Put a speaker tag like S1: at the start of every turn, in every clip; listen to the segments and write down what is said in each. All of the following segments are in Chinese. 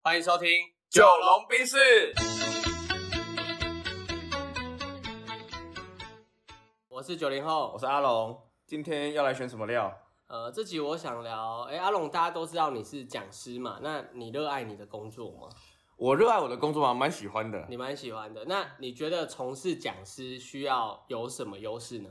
S1: 欢迎收听《
S2: 九龙冰室。
S1: 我是九零后
S2: 我。是阿龙，今天要来选什么料？
S1: 呃，这集我想聊，哎，阿龙，大家都知道你是讲师嘛，那你热爱你的工作吗？
S2: 我热爱我的工作嘛，蛮喜欢的。
S1: 你蛮喜欢的，那你觉得从事讲师需要有什么优势呢？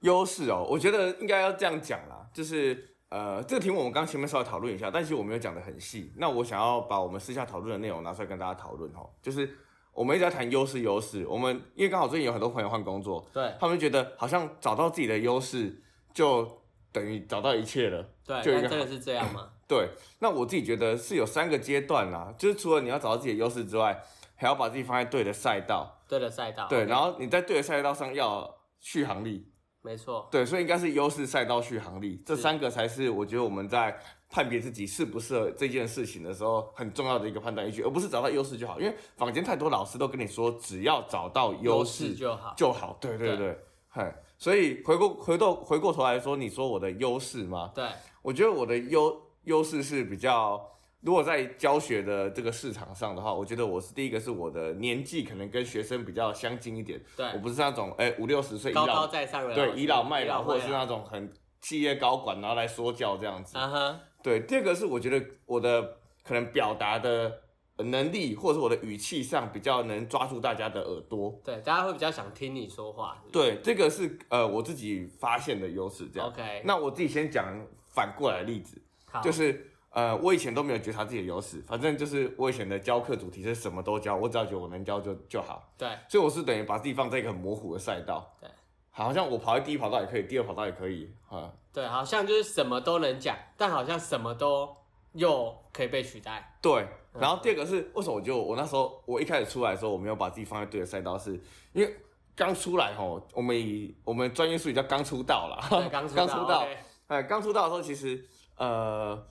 S2: 优势哦，我觉得应该要这样讲啦，就是呃，这个题目我们刚前面稍微讨论一下，但其实我没有讲的很细。那我想要把我们私下讨论的内容拿出来跟大家讨论哦，就是我们一直在谈优势，优势。我们因为刚好最近有很多朋友换工作，
S1: 对
S2: 他们觉得好像找到自己的优势就等于找到一切了。
S1: 对，
S2: 就一
S1: 但
S2: 个
S1: 真的是这样 吗？
S2: 对，那我自己觉得是有三个阶段啦，就是除了你要找到自己的优势之外，还要把自己放在对的赛道，
S1: 对的赛道，
S2: 对，
S1: OK，
S2: 然后你在对的赛道上要续航力，
S1: 没错，
S2: 对，所以应该是优势赛道续航力，这
S1: 是
S2: 三个才是我觉得我们在判别自己适不适合这件事情的时候很重要的一个判断依据，而不是找到优势就好，因为坊间太多老师都跟你说，只要找到优势
S1: 就好。
S2: 就好，对对
S1: 对
S2: 对，嘿，所以回过回头回过头来说，你说我的优势吗？
S1: 对，
S2: 我觉得我的优优势是比较，如果在教学的这个市场上的话，我觉得我是第一个是我的年纪可能跟学生比较相近一点，
S1: 对
S2: 我不是那种哎五六十岁倚
S1: 高高
S2: 老
S1: 在上的老啊
S2: 对
S1: 师
S2: 倚老啊卖老，或者是那种很企业高管然后来说教这样子。
S1: 啊哈，
S2: 对，第二个是我觉得我的可能表达的能力，或者是我的语气上比较能抓住大家的耳朵。
S1: 对，大家会比较想听你说话。
S2: 对，这个是呃我自己发现的优势，这样。
S1: OK，
S2: 那我自己先讲反过来的例子，
S1: 好，
S2: 就是呃，我以前都没有觉察自己的优势，反正就是我以前的教课主题是什么都教，我只要觉得我能教就就好，
S1: 对
S2: 所以我是等于把自己放在一个很模糊的赛道，
S1: 对
S2: 好像我跑在第一跑道也可以，第二跑道也可以啊，
S1: 对，好像就是什么都能讲，但好像什么都又可以被取代。
S2: 对。
S1: 嗯
S2: 然后第二个是为什么我就我那时候我一开始出来的时候我没有把自己放在对的赛道是，因为刚出来吼，我们以我们专业术语叫刚出道啦，
S1: 对， 刚出道，
S2: 刚出道
S1: OK，
S2: 哎，刚出道的时候其实呃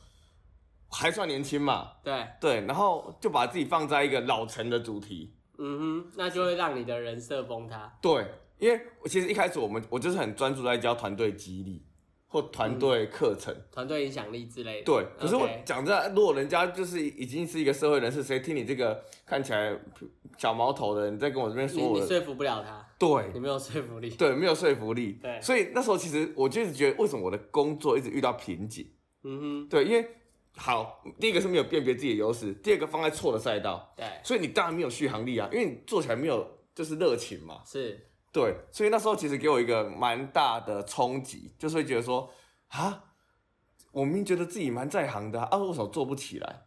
S2: 还算年轻嘛，
S1: 对，
S2: 对，然后就把自己放在一个老成的主题，
S1: 嗯哼，那就会让你的人设崩塌。
S2: 对，因为我其实一开始我们我就是很专注在教团队激励或团队课程，
S1: 团队影响力之类的。
S2: 对。可是我
S1: OK，
S2: 讲真的，如果人家就是已经是一个社会人士，谁听你这个看起来小毛头的，你在跟我这边
S1: 你
S2: 说我
S1: 你
S2: 的，
S1: 说服不了他，
S2: 对
S1: 你没有说服力。
S2: 对，没有说服力。
S1: 对
S2: 所以那时候其实我就是觉得，为什么我的工作一直遇到瓶颈？
S1: 嗯
S2: 对，因为好，第一个是没有辨别自己的优势，第二个放在错的赛道，
S1: 哼，对，
S2: 所以你当然没有续航力啊，因为你做起来没有就是热情嘛。
S1: 是，
S2: 对，所以那时候其实给我一个蛮大的冲击，就是会觉得说啊，我明明觉得自己蛮在行的啊，啊为什么做不起来？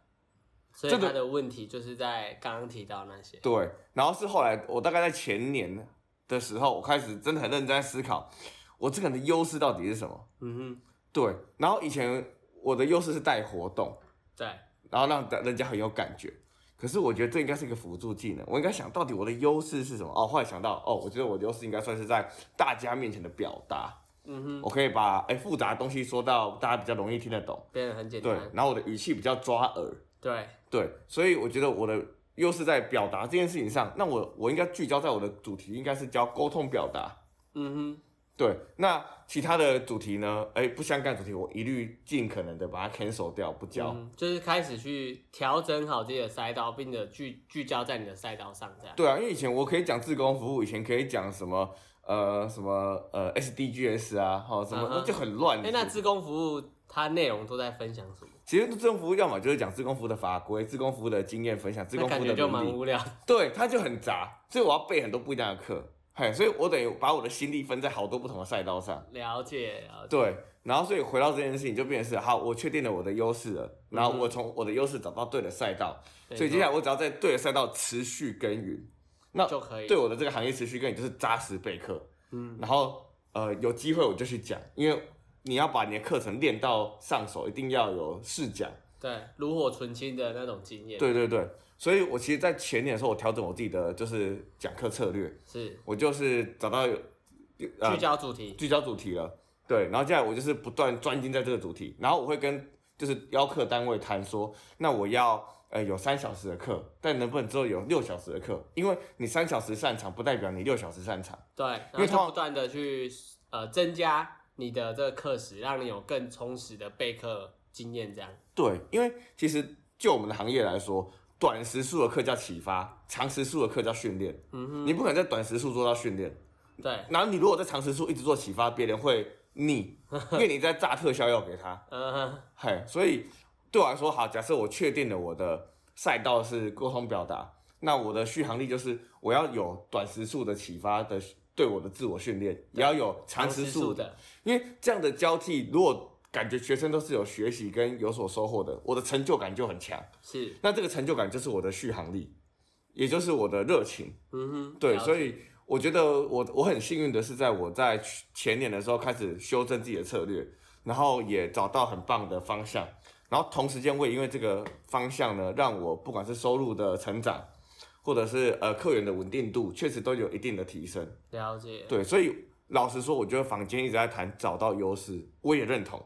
S1: 所以
S2: 这个
S1: 他的问题就是在刚刚提到那些。
S2: 对，然后是后来我大概在前年的时候，我开始真的很认真在思考，我这个人的优势到底是什么？
S1: 嗯
S2: 对，然后以前我的优势是带活动，
S1: 哼，对，
S2: 然后让人家很有感觉。可是我觉得这应该是一个辅助技能，我应该想到底我的优势是什么？哦，后来想到，哦，我觉得我的优势应该算是在大家面前的表达。
S1: 嗯哼，
S2: 我可以把哎、复杂的东西说到大家比较容易听得懂，
S1: 变得很简
S2: 对
S1: 单。，
S2: 然后我的语气比较抓耳，
S1: 对，
S2: 对，所以我觉得我的优势在表达这件事情上，那我我应该聚焦在我的主题，应该是教沟通表达，
S1: 嗯
S2: 对，那其他的主题呢，哎、不相干的主题我一律尽可能的把它 cancel 掉，不
S1: 哼，
S2: 教，
S1: 嗯，就是开始去调整好自己的赛道，并且聚聚焦在你的赛道上，这样。
S2: 对啊，因为以前我可以讲自工服务，以前可以讲什么呃什么呃 SDGs 啊，哈什么、
S1: 嗯哼
S2: 就很乱，
S1: 哎，那自工服务它内容都在分享什么？
S2: 其实自工服务要么就是讲自工服务的法规、自工服务的经验分享、自
S1: 那
S2: 工服
S1: 感
S2: 务
S1: 觉
S2: 的
S1: 就
S2: 伦
S1: 蛮
S2: 理。
S1: 无聊。
S2: 对，它就很杂，所以我要备很多不一样的课，嘿，所以我得把我的心力分在好多不同的赛道上。
S1: 了解，了解。
S2: 对，然后所以回到这件事情，就变成是好，我确定了我的优势了，然
S1: 嗯
S2: 后我从我的优势找到对的赛道，所以接下来我只要在对的赛道持续耕耘，那
S1: 就可以
S2: 对我的这个行业持续耕耘就是扎实备课，嗯，然后呃有机会我就去讲，因为你要把你的课程练到上手，一定要有试讲。
S1: 对炉火纯青的那种经验，
S2: 对对对，所以我其实，在前年的时候，我调整我自己的就是讲课策略，
S1: 是
S2: 我就是找到有
S1: 聚
S2: 呃
S1: 焦主题。
S2: 聚焦主题了，对，然后接下来我就是不断专精在这个主题，然后我会跟就是邀课单位谈说，那我要呃有三小时的课，但能不能之后有六小时的课？因为你三小时擅长，不代表你六小时擅长。
S1: 对，然后
S2: 因为通
S1: 就
S2: 常
S1: 不断的去呃增加你的这个课时，让你有更充实的备课经验，这样
S2: 对，因为其实就我们的行业来说，短时速的课叫启发，长时速的课叫训练。嗯哼，你不可能在短时速做到训练，
S1: 对，
S2: 然后你如果在长时速一直做启发，别人会 腻，因为你在炸特效药给他。
S1: 嗯哼，
S2: 嘿，所以对我来说，好，假设我确定了我的赛道是沟通表达，那我的续航力就是我要有短时速的启发的对我的自我训练，也要有长时速的，
S1: 的，
S2: 因为这样的交替，如果感觉学生都是有学习跟有所收获的，我的成就感就很强。
S1: 是，
S2: 那这个成就感就是我的续航力，也就是我的热情。
S1: 嗯哼，
S2: 对，所
S1: 以
S2: 以我觉得我我很幸运的是，在我在去前年的时候开始修正自己的策略，然后也找到很棒的方向，然后同时间我也因为这个方向呢，让我不管是收入的成长，或者是呃客源的稳定度，确实都有一定的提升。
S1: 了解，
S2: 对，所以老实说，我觉得坊间一直在谈找到优势，我也认同。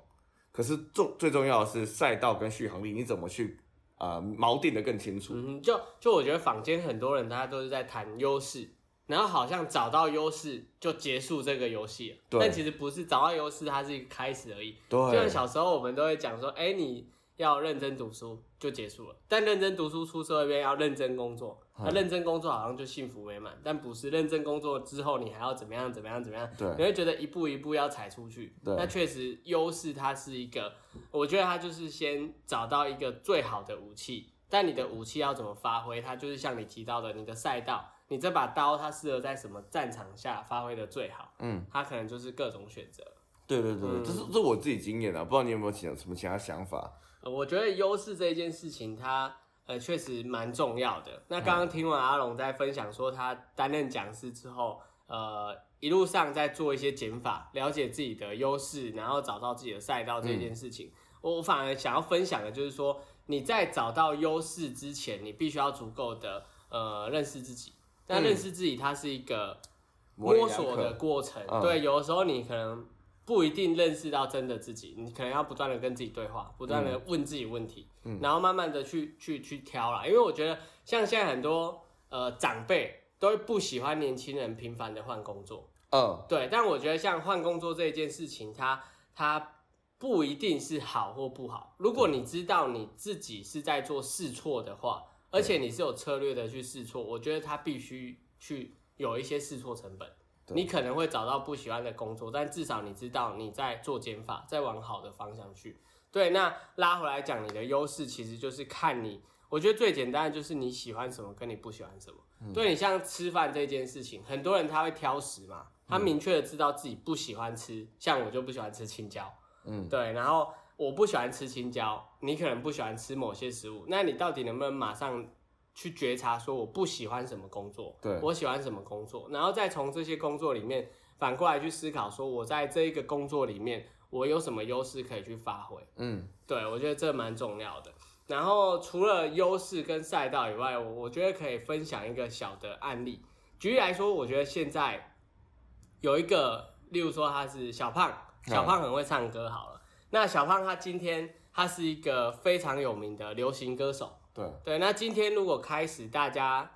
S2: 可是重最重要的是赛道跟续航力，你怎么去呃锚定的更清楚？
S1: 嗯哼，就就我觉得坊间很多人他都是在谈优势，然后好像找到优势就结束这个游戏了，
S2: 对
S1: 但其实不是找到优势，它是一个开始而已。就像
S2: 对，
S1: 小时候我们都会讲说，哎、你要认真读书就结束了，但认真读书出社会边要认真工作，
S2: 嗯
S1: 那、认真工作好像就幸福美满，但不是认真工作之后你还要怎么样怎么样怎么样，
S2: 对
S1: 你会觉得一步一步要踩出去。
S2: 对
S1: 那确实优势它是一个，我觉得它就是先找到一个最好的武器，但你的武器要怎么发挥，它就是像你提到的你的赛道。你这把刀它适合在什么战场下发挥的最好？
S2: 嗯，
S1: 它可能就是各种选择。
S2: 对对对，
S1: 嗯
S2: 这是这是我自己经验的，啊不知道你有没有其他什么其他想法？
S1: 呃我觉得优势这一件事情它，呃确实蛮重要的。那刚
S2: 嗯
S1: 刚听完阿龙在分享说他担任讲师之后，呃，一路上在做一些减法，了解自己的优势，然后找到自己的赛道这
S2: 嗯
S1: 件事情，我我反而想要分享的就是说，你在找到优势之前，你必须要足够的呃认识自己。那
S2: 嗯
S1: 认识自己，它是一个
S2: 模棱
S1: 摸
S2: 两可
S1: 索的过程。
S2: 嗯
S1: 对，有的时候你可能不一定认识到真的自己，你可能要不断的跟自己对话，不断的问自己问题，
S2: 嗯
S1: 然后慢慢的去去去挑啦。因为我觉得像现在很多呃长辈都会不喜欢年轻人频繁的换工作，
S2: 嗯，
S1: 对，但我觉得像换工作这一件事情，它它不一定是好或不好。如果你知道你自己是在做试错的话，
S2: 嗯
S1: 而且你是有策略的去试错，我觉得它必须去有一些试错成本。
S2: 对
S1: 你可能会找到不喜欢的工作，但至少你知道你在做减法，在往好的方向去。对，那拉回来讲，你的优势其实就是看你，我觉得最简单的就是你喜欢什么，跟你不喜欢什么。
S2: 嗯
S1: 对你像吃饭这件事情，很多人他会挑食嘛，
S2: 嗯
S1: 他明确的知道自己不喜欢吃，像我就不喜欢吃青椒，
S2: 嗯，
S1: 对，然后我不喜欢吃青椒，你可能不喜欢吃某些食物，那你到底能不能马上去觉察说我不喜欢什么工作，
S2: 对
S1: 我喜欢什么工作，然后再从这些工作里面反过来去思考说我在这一个工作里面我有什么优势可以去发挥，
S2: 嗯，
S1: 对，我觉得这蛮重要的。然后除了优势跟赛道以外，我我觉得可以分享一个小的案例。举例来说，我觉得现在有一个，例如说他是小胖，小胖很会唱歌，好了。那小胖他今天他是一个非常有名的流行歌手，
S2: 对，
S1: 对。那今天如果开始大家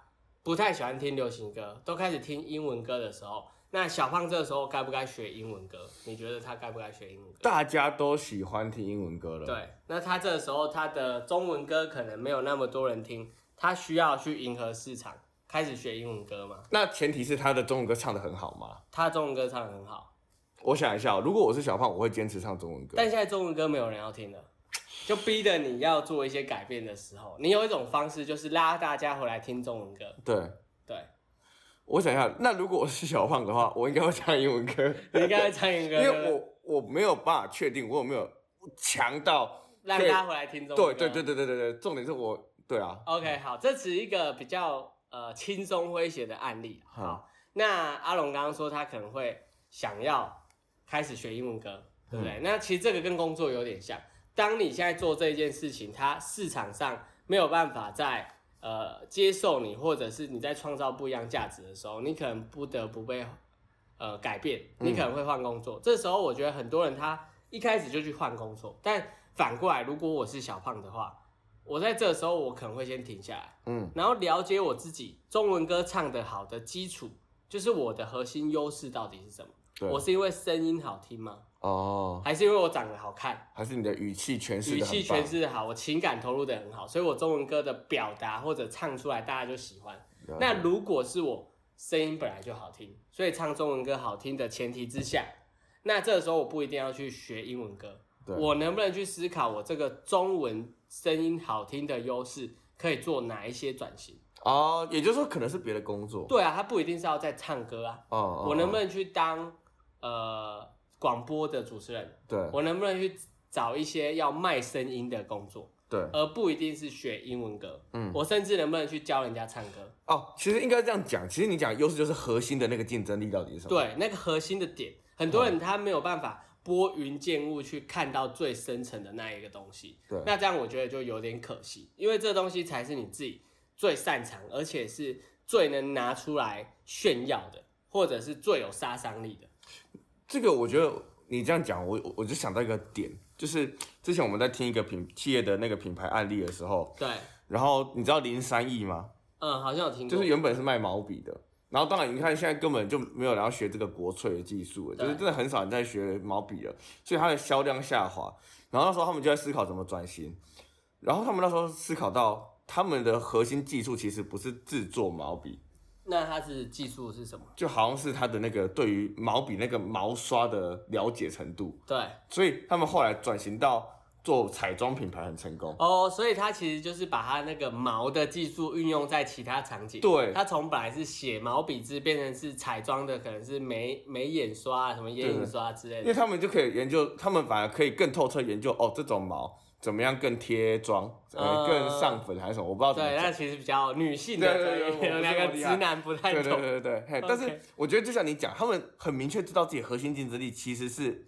S1: 不太喜欢听流行歌，都开始听英文歌的时候，那小胖这时候该不该学英文歌？你觉得他该不该学英文歌？
S2: 大家都喜欢听英文歌了。，
S1: 对，那他这个时候他的中文歌可能没有那么多人听，他需要去迎合市场，开始学英文歌嘛。
S2: 那前提是他的中文歌唱得很好嘛。
S1: 他中文歌唱得很好，
S2: 我想一下哦，如果我是小胖，我会坚持唱中文歌。
S1: 但现在中文歌没有人要听了，就逼得你要做一些改变的时候，你有一种方式就是拉大家回来听中文歌。
S2: 对，
S1: 对，
S2: 我想一下，那如果我是小胖的话，我应该会唱英文歌，
S1: 你应该会唱英文歌，
S2: 因为我我没有办法确定我有没有强到。
S1: 让大家回来听中
S2: 对
S1: 文歌。
S2: 对对对对对对，重点是我对啊，
S1: OK，好，这只是一个比较呃轻松诙谐的案例。
S2: 好
S1: 好，那阿龙刚刚说他可能会想要开始学英文歌，对不对？那其实这个跟工作有点像。当你现在做这件事情，它市场上没有办法在呃接受你，或者是你在创造不一样价值的时候，你可能不得不被呃改变，你可能会换工作。这时候我觉得很多人他一开始就去换工作，但反过来，如果我是小胖的话，我在这时候我可能会先停下来，
S2: 嗯，
S1: 然后了解我自己中文歌唱得好的基础，就是我的核心优势到底是什么。
S2: 对，
S1: 我是因为声音好听吗？
S2: 哦，
S1: 还是因为我长得好看，
S2: 还是你的语气诠释
S1: 语
S2: 的
S1: 气
S2: 很
S1: 诠
S2: 棒，
S1: 释得好，我情感投入的很好，所以我中文歌的表达或者唱出来大家就喜欢。
S2: 了解
S1: 那如果是我声音本来就好听，所以唱中文歌好听的前提之下，那这时候我不一定要去学英文歌，
S2: 对
S1: 我能不能去思考我这个中文声音好听的优势可以做哪一些转型？
S2: 哦，也就是说可能是别的工作，
S1: 对啊，它不一定是要在唱歌啊，
S2: 哦哦，
S1: 我能不
S2: 能
S1: 能去当呃广播的主持人？
S2: 对
S1: 我能不能去找一些要卖声音的工作，
S2: 对
S1: 而不一定是学英文歌？
S2: 嗯
S1: 我甚至能不能去教人家唱歌？
S2: 哦，其实应该这样讲，其实你讲优势就是核心的那个竞争力到底是什么？
S1: 对，那个核心的点，很多
S2: 嗯
S1: 人他没有办法拨云见雾去看到最深层的那一个东西。
S2: 对
S1: 那这样我觉得就有点可惜，因为这东西才是你自己最擅长，而且是最能拿出来炫耀的，或者是最有杀伤力的。
S2: 这个我觉得你这样讲，我我我就想到一个点，就是之前我们在听一个品企业的那个品牌案例的时候，
S1: 对，
S2: 然后你知道零三亿吗？
S1: 嗯，好像有听过，
S2: 就是原本是卖毛笔的，然后当然你看现在根本就没有人要学这个国粹的技术了，就
S1: 对
S2: 是真的很少人在学毛笔了，所以它的销量下滑。然后那时候他们就在思考怎么转型，然后他们那时候思考到他们的核心技术其实不是制作毛笔，
S1: 那它是技术是什么？
S2: 就好像是他的那个对于毛笔那个毛刷的了解程度，
S1: 对，
S2: 所以他们后来转型到做彩妆品牌很成功。
S1: 哦，所以它其实就是把它那个毛的技术运用在其他场景。
S2: 对
S1: 它从本来是写毛笔字，变成是彩妆的，可能是眉眉眼刷啊，什么眼影刷之类
S2: 因
S1: 的。
S2: 为他们就可以研究，他们反而可以更透彻研究哦，这种毛怎么样更贴妆，呃，
S1: 呃
S2: 更上粉还是什么，我不知道怎么
S1: 对，
S2: 讲。
S1: 那其实比较女性
S2: 对对
S1: 的
S2: 对
S1: 专业，
S2: 我
S1: 有
S2: 不是
S1: 那
S2: 那
S1: 个
S2: 么厉
S1: 直
S2: 害
S1: 男不太
S2: 对对
S1: 懂。
S2: 对对对，嘿
S1: OK
S2: 但是我觉得就像你讲，他们很明确知道自己核心竞争力其实是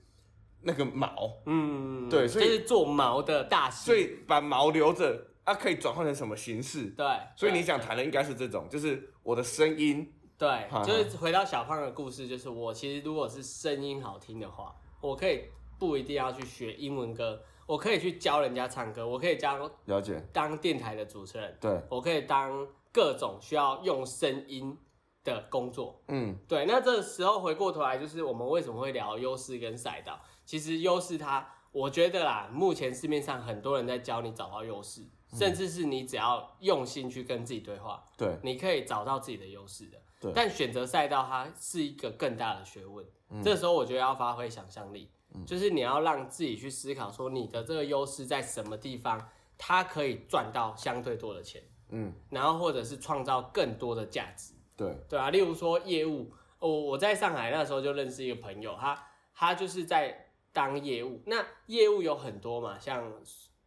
S2: 那个毛，
S1: 嗯，
S2: 对所以
S1: 就是做毛的大师。
S2: 所以把毛留着，啊，可以转换成什么形式？
S1: 对，
S2: 所以你
S1: 对
S2: 想谈的应该是这种，就是我的声音，
S1: 对
S2: 哈，
S1: 就是回到小胖的故事，就是我其实如果是声音好听的话，我可以不一定要去学英文歌，我可以去教人家唱歌，我可以教
S2: 了解，
S1: 当电台的主持人，
S2: 对，
S1: 我可以当各种需要用声音的工作。
S2: 嗯，
S1: 对，那这时候回过头来，就是我们为什么会聊优势跟赛道？其实优势它，我觉得啦，目前市面上很多人在教你找到优势，
S2: 嗯
S1: 甚至是你只要用心去跟自己对话，
S2: 对，
S1: 你可以找到自己的优势的。
S2: 对
S1: 但选择赛道它是一个更大的学问。这时候我觉得要发挥想象力，就是你要让自己去思考说你的这个优势在什么地方，它可以赚到相对多的钱，
S2: 嗯，
S1: 然后或者是创造更多的价值，
S2: 对，
S1: 对啊，例如说业务，我我在上海那时候就认识一个朋友，他他就是在当业务，那业务有很多嘛，像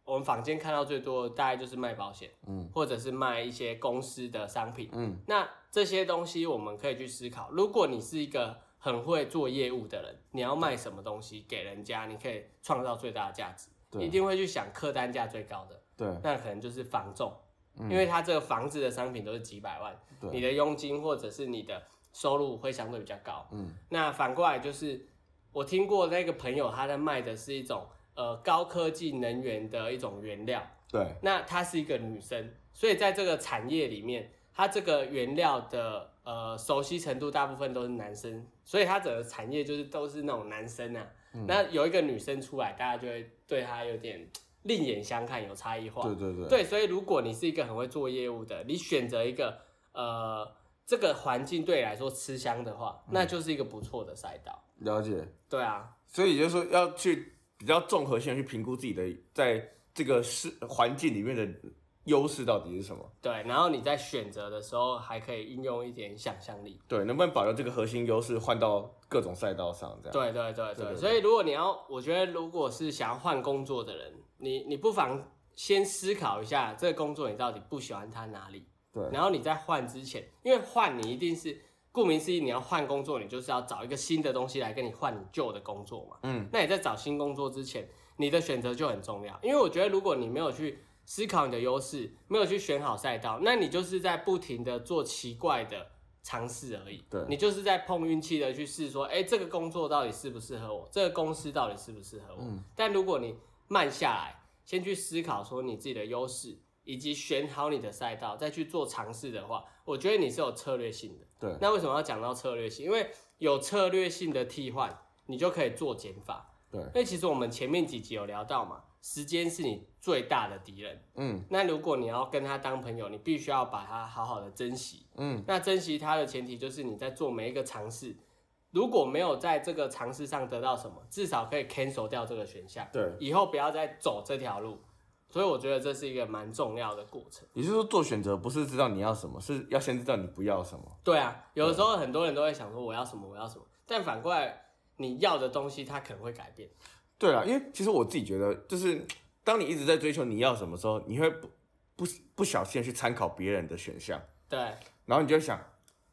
S1: 我们坊间看到最多的大概就是卖保险，
S2: 嗯，
S1: 或者是卖一些公司的商品，
S2: 嗯，
S1: 那这些东西我们可以去思考，如果你是一个很会做业务的人，你要卖什么东西给人家，你可以创造最大的价值，
S2: 对
S1: 一定会去想客单价最高的，
S2: 对，
S1: 那可能就是房仲，
S2: 嗯
S1: 因为他这个房子的商品都是几百万，
S2: 对
S1: 你的佣金或者是你的收入会相对比较高。
S2: 嗯，
S1: 那反过来就是，我听过那个朋友他在卖的是一种呃高科技能源的一种原料，
S2: 对，
S1: 那她是一个女生，所以在这个产业里面，她这个原料的呃熟悉程度大部分都是男生，所以她整个产业就是都是那种男生啊。
S2: 嗯
S1: 那有一个女生出来，大家就会对她有点另眼相看，有差异化。
S2: 对对对，
S1: 对，所以如果你是一个很会做业务的，你选择一个呃这个环境对你来说吃香的话，那就是一个不错的赛道。
S2: 了解。
S1: 对啊，
S2: 所以也就是说要去比较综合性地去评估自己的在这个是环境里面的优势到底是什么，
S1: 对，然后你在选择的时候还可以运用一点想象力。
S2: 对，能不能保留这个核心优势换到各种赛道上，这样
S1: 对对对
S2: 对对
S1: 对，所以如果你要，我觉得如果是想要换工作的人，你你不妨先思考一下这个工作你到底不喜欢它哪里，
S2: 对
S1: 然后你在换之前，因为换你一定是顾名思义，你要换工作，你就是要找一个新的东西来跟你换你旧的工作嘛。
S2: 嗯，
S1: 那你在找新工作之前，你的选择就很重要，因为我觉得如果你没有去思考你的优势，没有去选好赛道，那你就是在不停的做奇怪的尝试而已。
S2: 对
S1: 你就是在碰运气的去试，说，哎、这个工作到底适不适合我，这个公司到底适不适合我。
S2: 嗯
S1: 但如果你慢下来，先去思考说你自己的优势，以及选好你的赛道，再去做尝试的话，我觉得你是有策略性的。
S2: 对
S1: 那为什么要讲到策略性？因为有策略性的替换，你就可以做减法。
S2: 对
S1: 因为其实我们前面几集有聊到嘛，时间是你最大的敌人。
S2: 嗯
S1: 那如果你要跟他当朋友，你必须要把他好好的珍惜。
S2: 嗯
S1: 那珍惜他的前提就是你在做每一个尝试，如果没有在这个尝试上得到什么，至少可以 cancel 掉这个选项，
S2: 对，
S1: 以后不要再走这条路。所以我觉得这是一个蛮重要的过程。
S2: 你是说做选择不是知道你要什么，是要先知道你不要什么？
S1: 对啊，有的时候很多人都会想说我要什么，我要什么，但反过来你要的东西它可能会改变。
S2: 对啊啦，因为其实我自己觉得，就是当你一直在追求你要什么时候，你会不不不小心地去参考别人的选项，
S1: 对，
S2: 然后你就会想，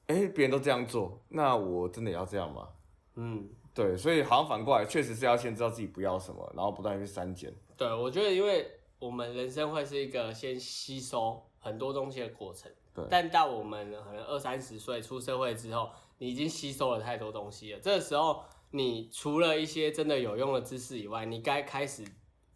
S2: 哎、别人都这样做，那我真的也要这样吗？
S1: 嗯，
S2: 对，所以好像反过来，确实是要先知道自己不要什么，然后不断地去删减。
S1: 对，我觉得因为我们人生会是一个先吸收很多东西的过程，
S2: 对
S1: 但到我们可能二三十岁出社会之后，你已经吸收了太多东西了。这个时候，你除了一些真的有用的知识以外，你该开始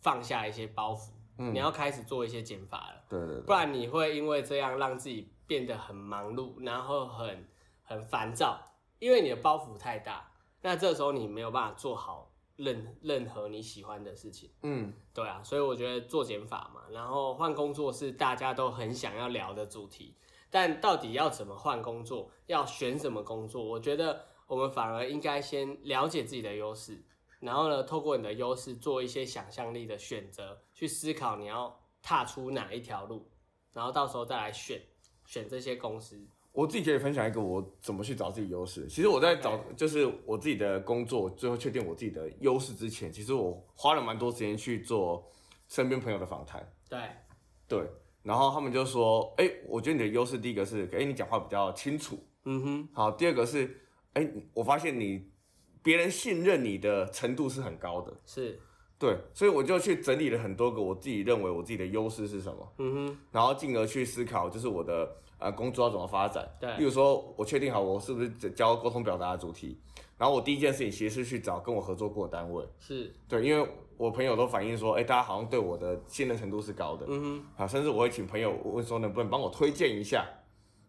S1: 放下一些包袱，
S2: 嗯
S1: 你要开始做一些减法了，
S2: 对对
S1: 不
S2: 对，
S1: 然你会因为这样让自己变得很忙碌，然后很很烦躁，因为你的包袱太大。那这时候你没有办法做好任任何你喜欢的事情。
S2: 嗯，
S1: 对啊，所以我觉得做减法嘛，然后换工作是大家都很想要聊的主题，但到底要怎么换工作，要选什么工作，我觉得我们反而应该先了解自己的优势，然后呢，透过你的优势做一些想象力的选择，去思考你要踏出哪一条路，然后到时候再来选选这些公司。
S2: 我自己可以分享一个我怎么去找自己优势。其实我在找
S1: OK
S2: 就是我自己的工作，最后确定我自己的优势之前，其实我花了蛮多时间去做身边朋友的访谈。
S1: 对，
S2: 对，然后他们就说，哎、我觉得你的优势第一个是，哎、你讲话比较清楚，
S1: 嗯哼，
S2: 好，第二个是，哎、我发现你别人信任你的程度是很高的，
S1: 是，
S2: 对，所以我就去整理了很多个我自己认为我自己的优势是什么，
S1: 嗯哼，
S2: 然后进而去思考，就是我的呃工作要怎么发展，
S1: 对
S2: 例如说我确定好我是不是只教沟通表达的主题，然后我第一件事情其实是去找跟我合作过的单位，
S1: 是，
S2: 对，因为我朋友都反映说，哎、大家好像对我的信任程度是高的，
S1: 嗯
S2: 啊，甚至我会请朋友问说能不能帮我推荐一下。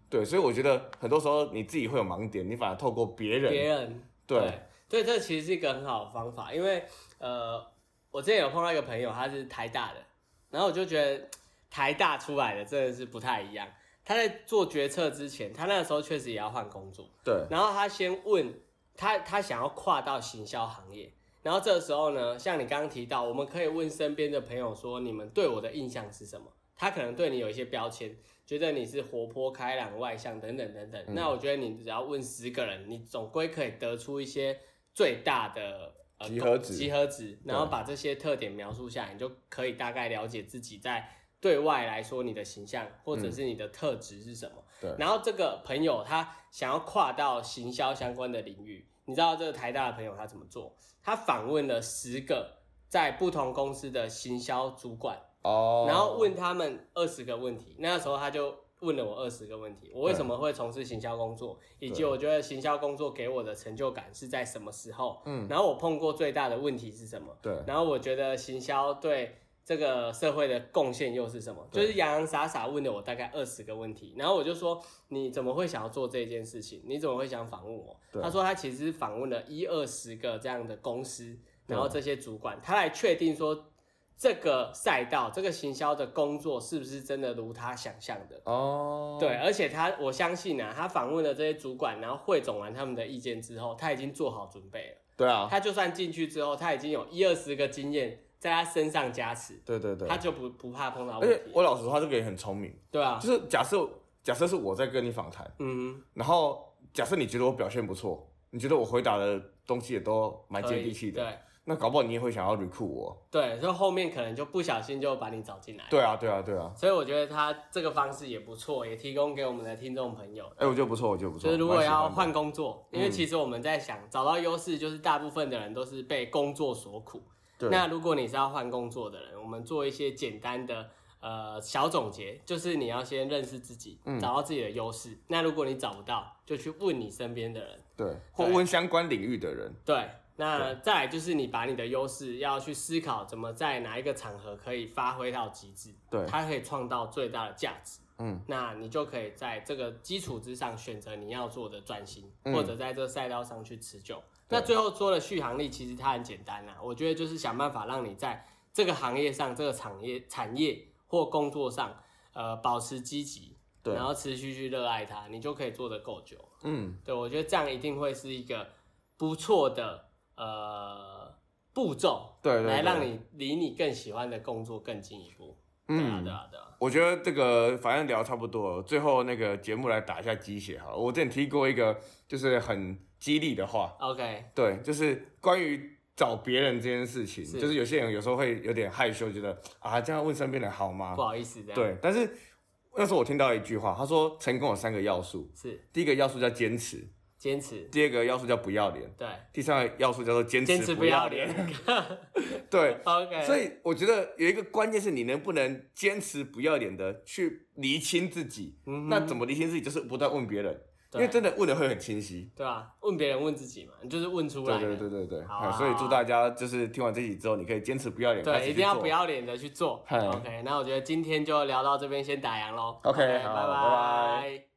S2: 对，所以我觉得很多时候你自己会有盲点，你反而透过别
S1: 哼，
S2: 人，
S1: 别人
S2: 对，
S1: 对，这其实是一个很好的方法，因为呃，我之前有碰到一个朋友，他是台大的，然后我就觉得台大出来的真的是不太一样。他在做决策之前，他那个时候确实也要换工作，
S2: 对，
S1: 然后他先问他，他想要跨到行销行业，然后这时候呢，像你刚刚提到，我们可以问身边的朋友说，你们对我的印象是什么？他可能对你有一些标签，觉得你是活泼、开朗、外向等等等
S2: 嗯
S1: 等。那我觉得你只要问十个人，你总归可以得出一些最大的、呃、
S2: 集合值
S1: 集合值，然后把这些特点描述下来，你就可以大概了解自己在对外来说你的形象或者是你的特质是什么。
S2: 对
S1: 然后这个朋友他想要跨到行销相关的领域，你知道这个台大的朋友他怎么做？他访问了十个在不同公司的行销主管，
S2: 哦，
S1: 然后问他们二十个问题。那时候他就问了我二十个问题：我为什么会从事行销工作，以及我觉得行销工作给我的成就感是在什么时候？
S2: 嗯，
S1: 然后我碰过最大的问题是什么？
S2: 对，
S1: 然后我觉得行销对这个社会的贡献又是什么？就
S2: 对
S1: 是洋洋洒洒问了我大概二十个问题，然后我就说你怎么会想要做这件事情？你怎么会想访问我？
S2: 对
S1: 他说他其实访问了一二十个这样的公司，
S2: 对
S1: 然后这些主管，他来确定说这个赛道、这个行销的工作是不是真的如他想象的。
S2: 哦，
S1: 对，，而且他我相信啊，他访问了这些主管，然后汇总完他们的意见之后，他已经做好准备了。
S2: 对啊，
S1: 他就算进去之后，他已经有一二十个经验在他身上加持，
S2: 对对对，
S1: 他就不不怕碰到
S2: 而
S1: 问
S2: 且
S1: 题。
S2: 我老实说，他这个也很聪明，
S1: 对啊，
S2: 就是假设假设是我在跟你访谈，
S1: 嗯，
S2: 然后假设你觉得我表现不错，你觉得我回答的东西也都蛮
S1: 可
S2: 接
S1: 以
S2: 地气的，。那搞不好你也会想要 recruit 我，
S1: 对对，所以后面可能就不小心就把你找进来。
S2: 对啊，对啊，对啊，
S1: 所以我觉得他这个方式也不错，也提供给我们的听众朋友。
S2: 哎，我觉得不错，我觉得不错，
S1: 就是如果
S2: 蛮喜欢
S1: 要
S2: 的
S1: 换工作，因为
S2: 嗯
S1: 其实我们在想找到优势，就是大部分的人都是被工作所苦。
S2: 对
S1: 那如果你是要换工作的人，我们做一些简单的呃小总结，就是你要先认识自己，找到自己的优势。那如果你找不到，就去问你身边的人。
S2: 对，或
S1: 对
S2: 问相关领域的人，
S1: 对，那再来就是你把你的优势要去思考，怎么在哪一个场合可以发挥到极致，
S2: 对
S1: 它可以创造最大的价值。
S2: 嗯，
S1: 那你就可以在这个基础之上选择你要做的转型，
S2: 嗯
S1: 或者在这赛道上去持久。
S2: 对
S1: 那最后说了续航力，其实它很简单啦、啊我觉得就是想办法让你在这个行业上、这个产业、产业或工作上，呃，保持积极，
S2: 对
S1: 然后持续去热爱它，你就可以做得够久。
S2: 嗯，
S1: 对，我觉得这样一定会是一个不错的呃步骤，
S2: 对对对
S1: 来让你离你更喜欢的工作更进一步。对啊，
S2: 嗯
S1: 对啊，对啊。
S2: 我觉得这个反正聊差不多了，最后那个节目来打一下鸡血哈。我之前提过一个就是很激励的话，
S1: OK，
S2: 对，就是关于找别人这件事情，
S1: 是
S2: 就是有些人有时候会有点害羞，觉得啊这样问身边人好吗
S1: 不？好意思，这样
S2: 对，但是那时候我听到一句话，他说成功有三个要素，
S1: 是
S2: 第一个要素叫坚持，
S1: 坚持，
S2: 第二个要素叫不要脸，
S1: 对，
S2: 第三个要素叫做坚
S1: 坚持
S2: 不
S1: 不要
S2: 脸
S1: 脸。。
S2: 对，
S1: OK，
S2: 所以我觉得有一个关键是你能不能坚持不要脸的去厘清自己。
S1: 嗯哼
S2: 那怎么厘清自己？就是不断问别人，因
S1: 对
S2: 为真的问的会很清晰。
S1: 对啊，问别人问自己嘛，你就是问出
S2: 对
S1: 来的，
S2: 对对对对，
S1: 好啊
S2: 嗯所以祝
S1: 好啊
S2: 大家就是听完这集之后，你可以坚持不要脸，开始
S1: 对，
S2: 去
S1: 一定要
S2: 做
S1: 不。要脸的去做。
S2: 嗨
S1: OK，那我觉得今天就聊到这边，先打烊喽。
S2: OK，好，
S1: 拜
S2: 拜拜